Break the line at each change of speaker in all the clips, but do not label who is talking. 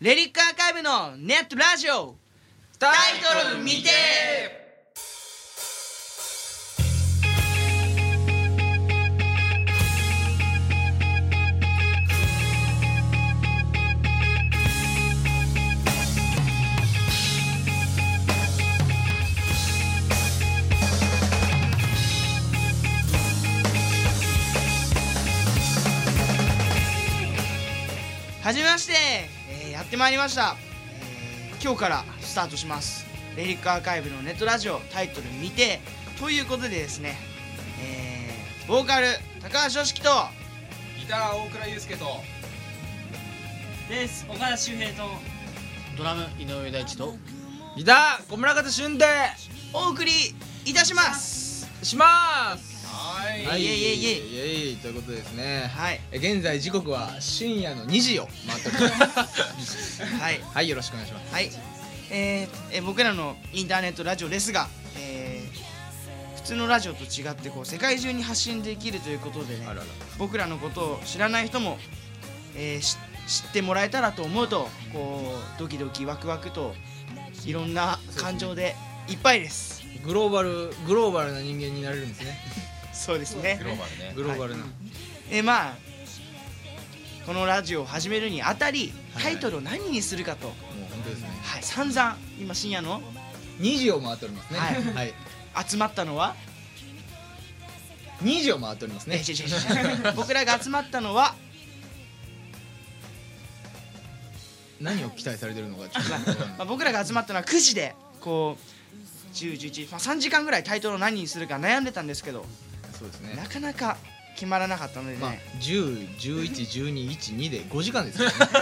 レリックアーカイブのネットラジオタイトル見てはじめまして、えーやってまいりました、えー今日からスタートしますレリックアーカイブのネットラジオタイトル見てということでですね、えーボーカル高橋良樹と
ギター大倉祐介と
です岡田周平と
ドラム井上大地と
ギター小村方俊で
お送りいたします
しますはい
いえいえいえ
いえいえということでですね
はい
え現在時刻は深夜の2時を回っております
はい
はいよろしくお願いします
はい、えーえー僕らのインターネットラジオですが、えー普通のラジオと違ってこう世界中に発信できるということでね
あらら
僕らのことを知らない人も、えーし知ってもらえたらと思うとこうドキドキワクワクといろんな感情でいっぱいです
グローバルグローバルな人間になれるんですね
そうですね
ローバル
グローバルな、
えーまあこのラジオを始めるにあたり
はい
タイトルを何にするかと、
もう本当ですね
はい、散々今深夜の
2時を回っておりますね
はい
はい
集まったのは
2時を回っております
ね
ね、
違う違う違う僕らが集まったのは、
何を期待されてるのかちょっと
ま
わ
あ
かんない
まあ僕らが集まったのは9時でこう1011、まあ、3時間ぐらいタイトルを何にするか悩んでたんですけど
そうです
な
ね
かなか決まらなかったのでね、
まあ10、11、12、12で5時間ですよねは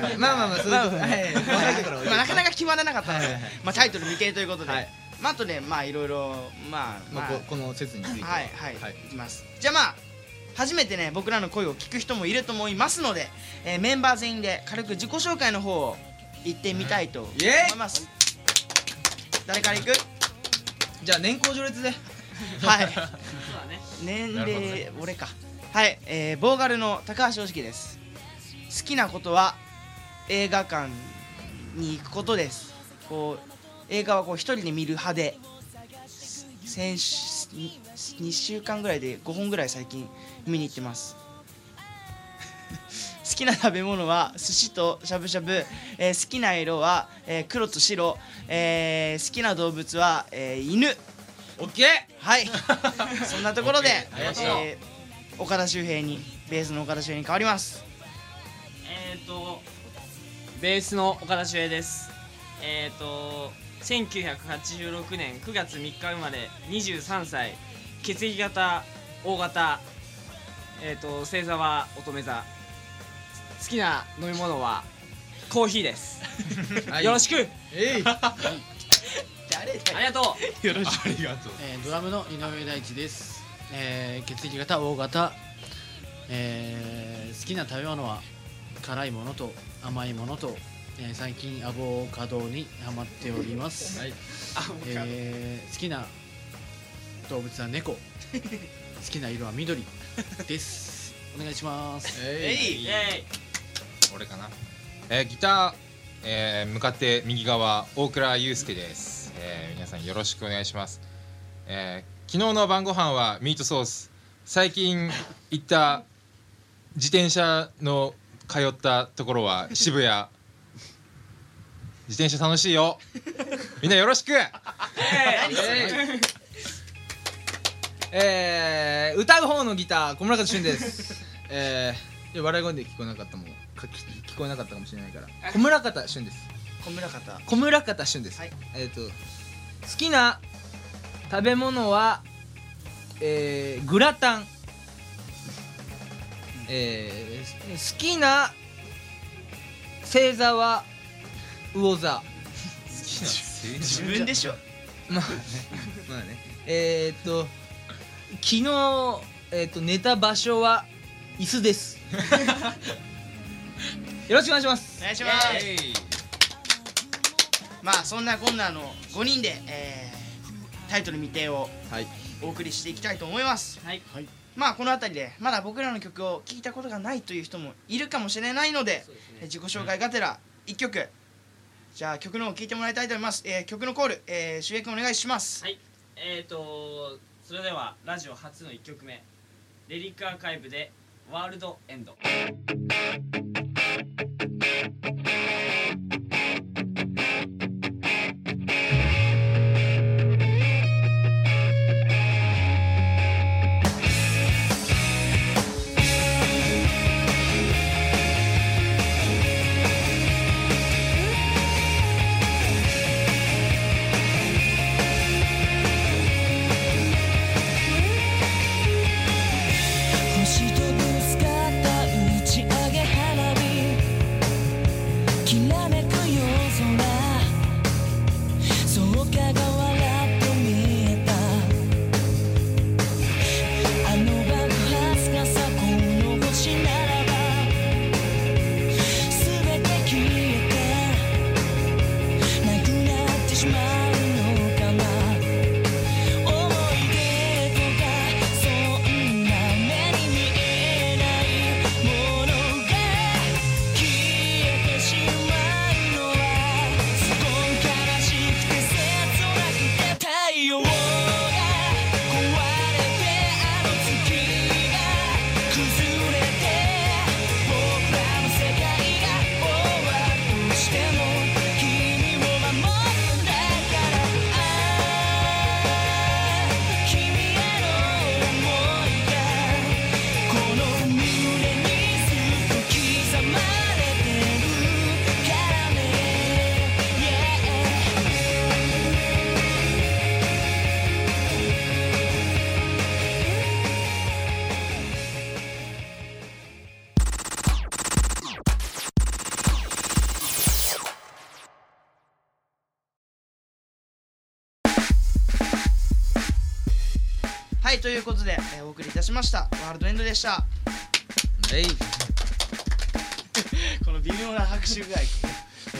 いはいまあまあまあそういうことねはい若い頃は
まあなかなか決まらなかったので、
はいはいはい
まあ、タイトル未定ということで、
はい
まあ、あとねまあいろいろまあ
ま
ま
あ
あ、
ここの説について
はいはい、い、きますじゃあまあ初めてね僕らの声を聞く人もいると思いますので、えーメンバー全員で軽く自己紹介の方を言ってみたいと思
イエーイ
います、誰から行く
じゃあ年功序列で
はい
そうだね
年
なるほど
齢俺かはい、えー、ボーガルの高橋良樹です好きなことは映画館に行くことですこう映画はこう一人で見る派で先週2週間ぐらいで5本ぐらい最近見に行ってます 好きな食べ物は寿司としゃぶしゃぶ、えー好きな色は、えー黒と白、えー好きな動物は、えー犬
オッケー
はい、 そんなところで、
OK ありがとう
えー岡田周平にベースの岡田周平に変わります。
えっ、ー、とベースの岡田周平ですえっ、ー、と1986年9月3日生まれ23歳血液型 O 型えっ、ー、と星座は乙女座好きな飲み物はコーヒーです、よろしく
えい
誰
ありがとう
よろしくありがとう
えードラムの井上大地です、えー血液型 O 型、えー好きな食べ物は辛いものと甘いものと、えー最近アボカドにハマっております、
はい
えー好きな動物は猫好きな色は緑ですお願いします
え
イ
い
エ
俺かな、えーギター、えー向かって右側大倉祐介です、えー皆さんよろしくお願いします、えー昨日の晩ご飯はミートソース最近行った自転車の通ったところは渋谷自転車楽し いよみんなよろしく
イイエーイ
えいえー、歌う方のギター小村方俊です えーいや笑い声で聞こえなかったもんかき聞こえなかったかもしれないから小村方俊です
小村方。
小村方俊です、
はい
えっ、と好きな食べ物は、えー、グラタン、えーす好きな星座は魚座
自分でしょ。
まあねまあねえー、っと昨日、えー、っと寝た場所は椅子です よろしくお願いします
お願いします。まあそんなこんなの5人で、えータイトル未定を
はい
お送りしていきたいと思います。
はい
はい
まあこの辺りでまだ僕らの曲を聴いたことがないという人もいるかもしれないので
そうです
えー
ね
自己紹介がてら1曲、じゃあ曲の方聴いてもらいたいと思います、えー曲のコール、えー、主役お願いします、
はい えー、とそれではラジオ初の1曲目「レリックアーカイブ」で「ワールドエンド」
星とぶつかった打ち上げ花火きらめく夜空そうかが笑っと見えたあの爆発がさこの星ならば全て消えてなくなってしまうのかな「思い出とかそんな目に見えないものが消えてしまうのはすごく悲しくて切なくて」「太陽が壊れてあの月が崩れて」「僕らの世界が終わってしても君を守るんだから」「君への想いがこの胸にずっと刻まれてるからね」
はいということで、えーお送りいたしましたワールドエンドでした
はい
この微妙な拍手具合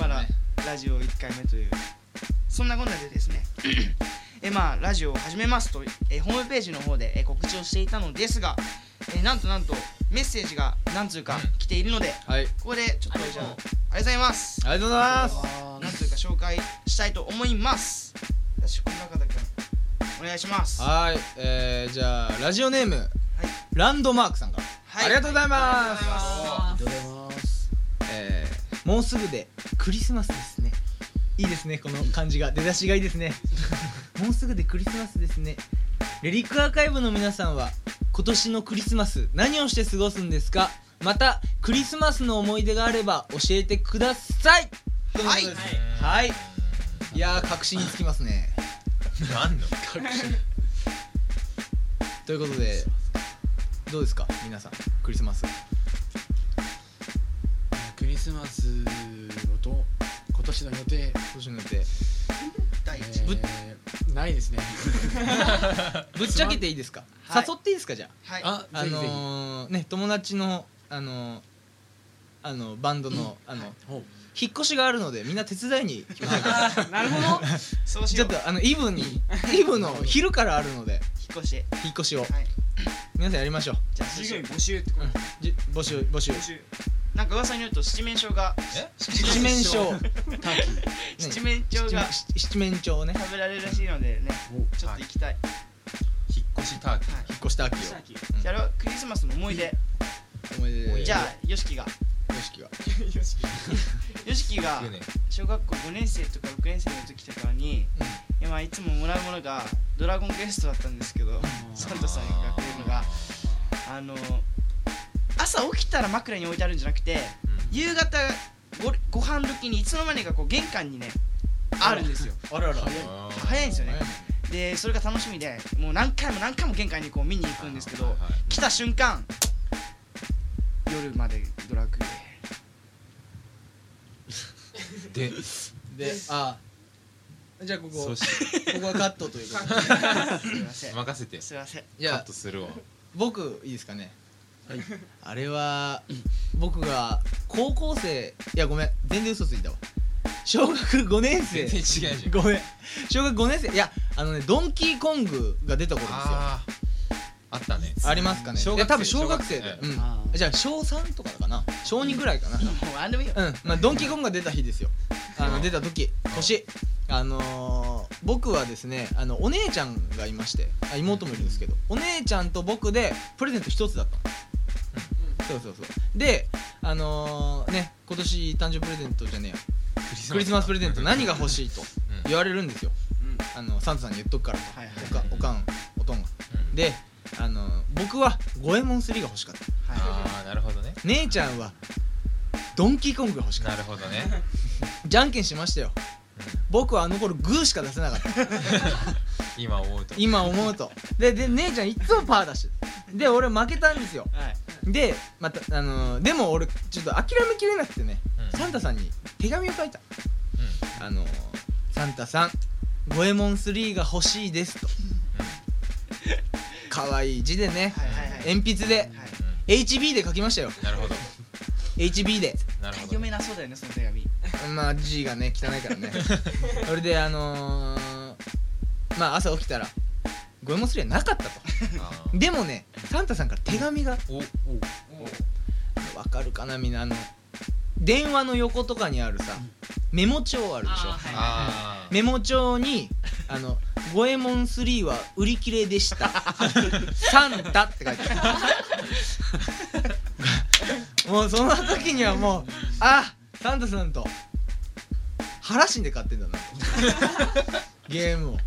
まだラジオ1回目というそんなこんなでです ねえまあラジオを始めますとえホームページの方でえ告知をしていたのですがえなんとなんとメッセージが何通か来ているので
はいあり
ここでちょっとじゃあありがとうございます
がとうございます
あ
何通か紹介したいと思います私この中だけお願いしますは
はいえー、じゃあラジオネーム、ランドマークさんから、
い
ありがとうござい
あ
ま
りが
す
とうございます
りがとうございます
えーもうすぐでクリスマスですねいいですねこの感じが出だしがいいです ねもうすぐでクリスマスですねレリックアーカイブの皆さんは今年のクリスマス何をして過ごすんですかまたクリスマスの思い出があれば教えてくださいとのことです
は
はい、い、やー確信につきますね
なんの
ということでどうですか皆さんクリスマス
クリスマスのと今年の予定、
年の予定
第一
えー、ないですね
ぶっちゃけていいですか、
はい
誘っていいですかじゃあ
はい
あ
あ
ぜひぜひ、
のーね友達のあのーあのバンドの、あの
ほう
引っ越しがあるのでみんな手伝いに来ませんか
なるほど
そうし
ち
よ
ょっ
う
とあのイブにイブの昼からあるので
引っ越して
引っ越しを
はい
皆さんやりましょう
じゃあ
従業員募集ってこと
じ募集募集
募集
なんか噂によると七面鳥が
え
七面鳥
ターキー
七面鳥
七
が
面七面鳥ね
食べられるらしいのでね
お
ちょっと行きたい、
引っ越しターキー
引っ越した秋を
さっき
じゃああれはクリスマスの思い出
思い出で
じゃあ YOSHIKI が
よしきは
YOSHIKI が
いいね
小学校5年生とか6年生の時とかに、いやまあいつももらうものが「ドラゴンクエスト」だったんですけどサンタさんがくれるのがあの朝起きたら枕に置いてあるんじゃなくて
うん
夕方ごご飯時にいつの間にかこう玄関にねあるんですよ
あらら早い
あー
早いんですよね
ね
でそれが楽しみでもう何回も何回も玄関にこう見に行くんですけ
は
ど
いはい
来た瞬間夜までドラクエ
で
であじゃあここ
そ
こ
し
こはカットということです
いません
任せて
すいません
い
カ
や
ットするわ
僕いいですかね、あれは僕が高校生いやごめん全然嘘ついたわ小学5年生
全然違うじゃん
ごめん小学5年生いやあのねドンキーコングが出た頃ですよ
ああったね
ありますかね
小学生
いや多分小学生で
小学
う
生
ん
あー
じゃあ小3とかかな小2ぐらいかな
もうあんでもいいよ
うん、まあ、ドンキーコングが出た日ですよあの出た時年あのー僕はですねあのお姉ちゃんがいましてあ妹もいるんですけどお姉ちゃんと僕でプレゼント一つだったの、そうそうそうであのーね今年誕生日プレゼントじゃねえやクリスマスプレゼント何が欲しいと
うん
言われるんですよ、あのサンタさんに言っとくからと、
はいはい
おかおかんおとんが、
うん
であのー僕は五右衛門3が欲しかった
ああなるほどね
姉ちゃんはドンキーコングが欲しかっ
なるほどね
たじゃんけんしましたよ僕はあの頃グーしか出せなかった
今思うと
今思うとでで姉ちゃんいっつもパー出してで俺負けたんですよ
はい
でまたあのーでも俺ちょっと諦めきれなくてね、
うん
サンタさんに手紙を書いたあのーサンタさん五右衛門3が欲しいですと可愛い字でね、
はいはいはい
鉛筆で、
はい
HB で書きましたよ
なるほど
HB で
なるほど
読めなそうだよねその手紙
まあ G がね汚い からねそれであのー、まあ朝起きたら五右衛門3はなかったと
あー
でもねサンタさんから手紙が
おお
わかるかなみんなあの電話の横とかにあるさメモ帳あるでしょ、
あーはい
あー
メモ帳に「あの五右衛門3は売り切れでした」 「サンタ」って書いてある もうその時にはもうあサンタさんと腹死んで買ってんだなと ゲームを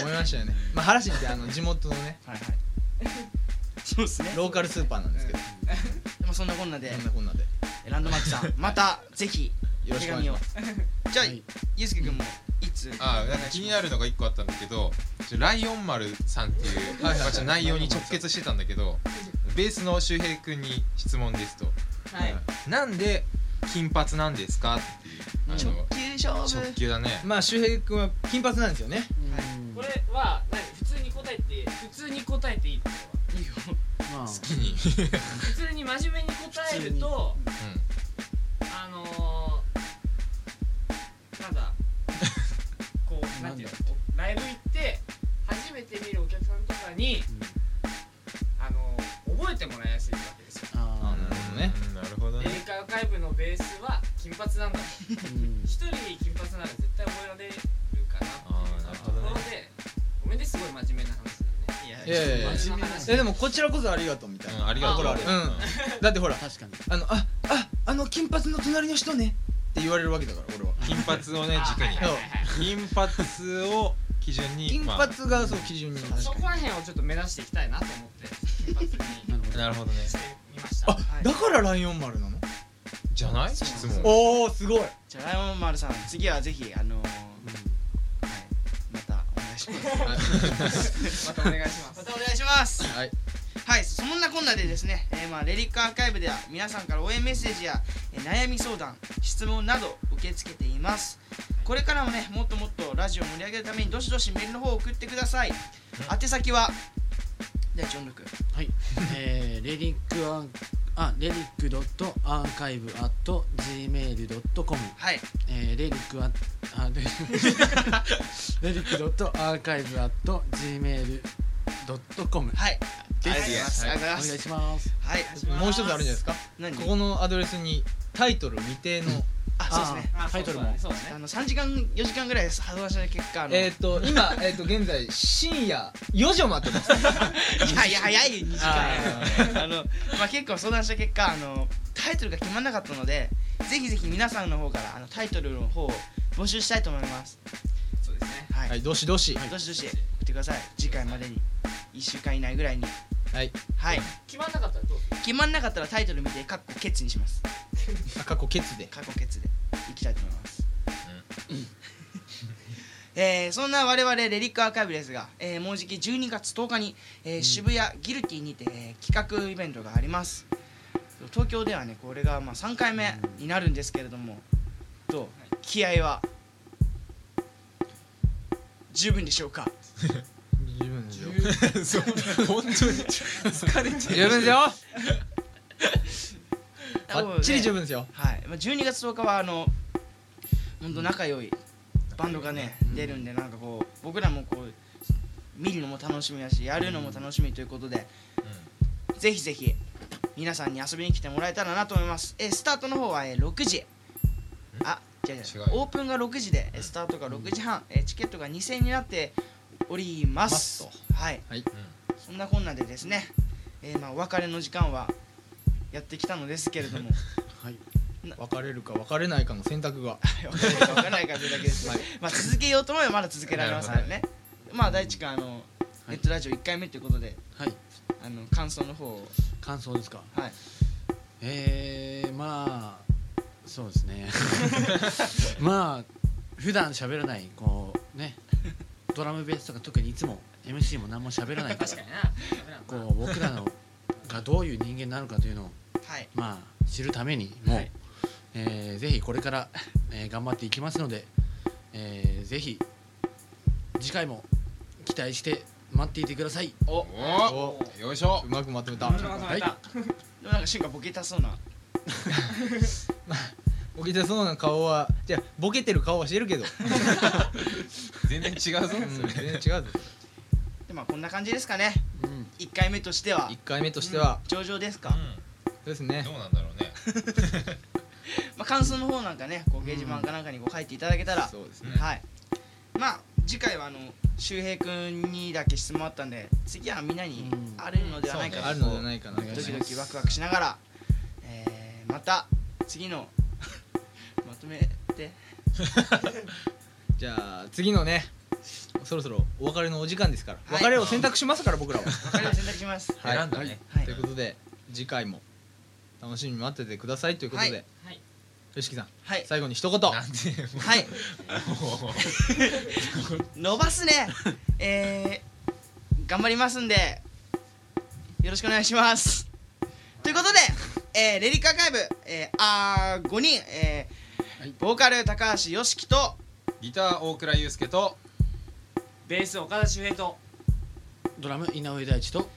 思いましたよねまあ腹死んってあの地元のね
はいはいそうですね
ローカルスーパーなんですけど
でもそんなこんなで
こんなこんなで
ランドマークさんまたぜひ
よろし
手
くお願
紙
いし
を
ます
じゃあ
はい
ゆうすけくんもいつ
あーなんか気になるのが一個あったんだけどちょライオン丸さんっていう、ま
はいはい
あ、ちょっと内容に直結してたんだけどベースの周平君に質問ですと
はい
なんで金髪なんですかっていうあの
球勝負
直球だね
まあ周平君は金髪なんですよね
うん
これは何普通に答えて普通に答えていいってこ
いいよ
まあ
好きに、
と普通に真面目に答えるとあのー、なんだこうなんていうのライブ行って初めて見るお客さんとかに、あのー、覚えてもらいやすいわけですよ
あ
なるほどね
うんなるほどね
映画アーカイブのベースは金髪なんだ
ーうん
一人金髪なら絶対覚えられるかなってい
あ
う
ーなるほどね
ところでごめんねすごい真面目な話だね
い
いやいやいや
真面目な話
えでもこちらこそありがとうみたい
うん、
な、
ありがとう
怒ら
あ
れるだってほら
確かに
あのあああの金髪の隣の人ねって言われるわけだから俺は
金髪をね軸に
あはいはいはい
金髪を基準に
金
ま
髪がそう基準に
そこら辺をちょっと目指していきたいなと思って金髪に
なるほ
あ
ど
なるほどね
してみました
あだからライオン丸なの
じゃない質問
おおすごい
じゃあライオン丸さん次はぜひあのーはいまたお願いしますま
またお願いしま
すたお願いします
はい
はいそんなこんなでですね、えーまあ、レリックアーカイブでは皆さんから応援メッセージや、えー悩み相談質問など受け付けていますこれからもねもっともっとラジオを盛り上げるためにどしどしメールの方を送ってください宛先は第一音読
はい、えー、レリックアンあレリックドットアーカイブアット gmail ドットコム
はい
えーレリックはあレレリックドットアーカイブアット gmail ドットコム
はい
で
ありがとうご
す
ざいますあ
は
りがとうございますはい
もう
お願いします。
一つあるんじゃないですか
何
ここのアドレスにタイトル未定の
あそうですね
あ
タイトルも
そうだね
あの3時間4時間ぐらいです発話した結果あの、
えっ、と今えっ、と現在深夜4時を待ってます
いやいや早い2時
あ
間あの、まあ、結構相談した結果あのタイトルが決まらなかったのでぜひぜひ皆さんの方からあのタイトルの方を募集したいと思います
そうですね
はい、
はいどしどし
どしどし送ってください次回までに1週間以内ぐらいに
はい
はい
決まんなかったらどう
決まらなかったらタイトル見てカッコケツにします
過去決で
過去ケツでいきたいと思います、 えーそんな我々レリックアーカイブですが、えーもうじき12月10日に、えー渋谷ギルティにて、えー企画イベントがあります東京ではねこれがまあ3回目になるんですけれどもどう気合は十分でしょうか
十分ですよ
そう本当に疲れちゃう
十分ですよ
あ
ばっちり十分ですよ
はい、まあ、12月10日はあの本当仲良いバンドがね出るんでなんかこう僕らもこう見るのも楽しみだしやるのも楽しみということで、ぜひぜひ皆さんに遊びに来てもらえたらなと思います、えースタートの方は、えー6時あ違う違う
違う
オープンが6時でえースタートが6時半、えーチケットが2000円になっております
ます
はい、
はい
そんなこんなでですね、えーまあ、お別れの時間はやってきたのですけれ ども
はい
別れるか別れないかの選択が
分からないかというだけです、
はい
まあ、続けようと思えばまだ続けられますからねまあ大地君あのネットラジオ1回目ということで
はい
あの感想の方を
感想ですか
はい
えー、まあそうですねまあ普段喋らないこうねドラムベースとか特にいつも MC も何も喋らないから
確かにな
こう僕らのがどういう人間なのかというのを
はい
まあ知るためにもう、えーぜひこれから、えー頑張っていきますので、えーぜひ次回も期待して待っていてください
お
おおよいしょ
うまくまとめた
まとめた
でもなんか瞬間ボケたそうな
ボケてそうな顔はじゃあボケてる顔はしてるけ ど、
全然違うぞ
うん、
それ
全然違うぞ
でまあこんな感じですかね
うん
1回目としては
1回目としては、
上々ですか、
そうです
うん
ね
どうなんだろうね
まあ、感想の方なんかねこう掲示板かなんかにこう書いていただけたら、
そうです
ね
はいまあ次回はあの周平君にだけ質問あったんで次はみんなに
うん
あるのではないかと
そうね
あるのではないかな
お願い
ド
し
キ
ま
ドキワクワクしながら、えーまた次の まとめて
じゃあ次のねそろそろお別れのお時間ですから、
はい
別れを選択しますから僕らは、
別れを選択します
はい
選んだね
はい
ということで次回も楽しみに待っててくださいということで、
はい
はい
y o さん
はい
最後に一言
なんでも
はいう
もう
伸ばすねえー、頑張りますんでよろしくお願いしますということで、えーレリックアーカイブ、えー、あー5人、えー
はい
ボーカル高橋よしきと
ギター大倉祐介と
ベース岡田周平と
ドラム稲上大地と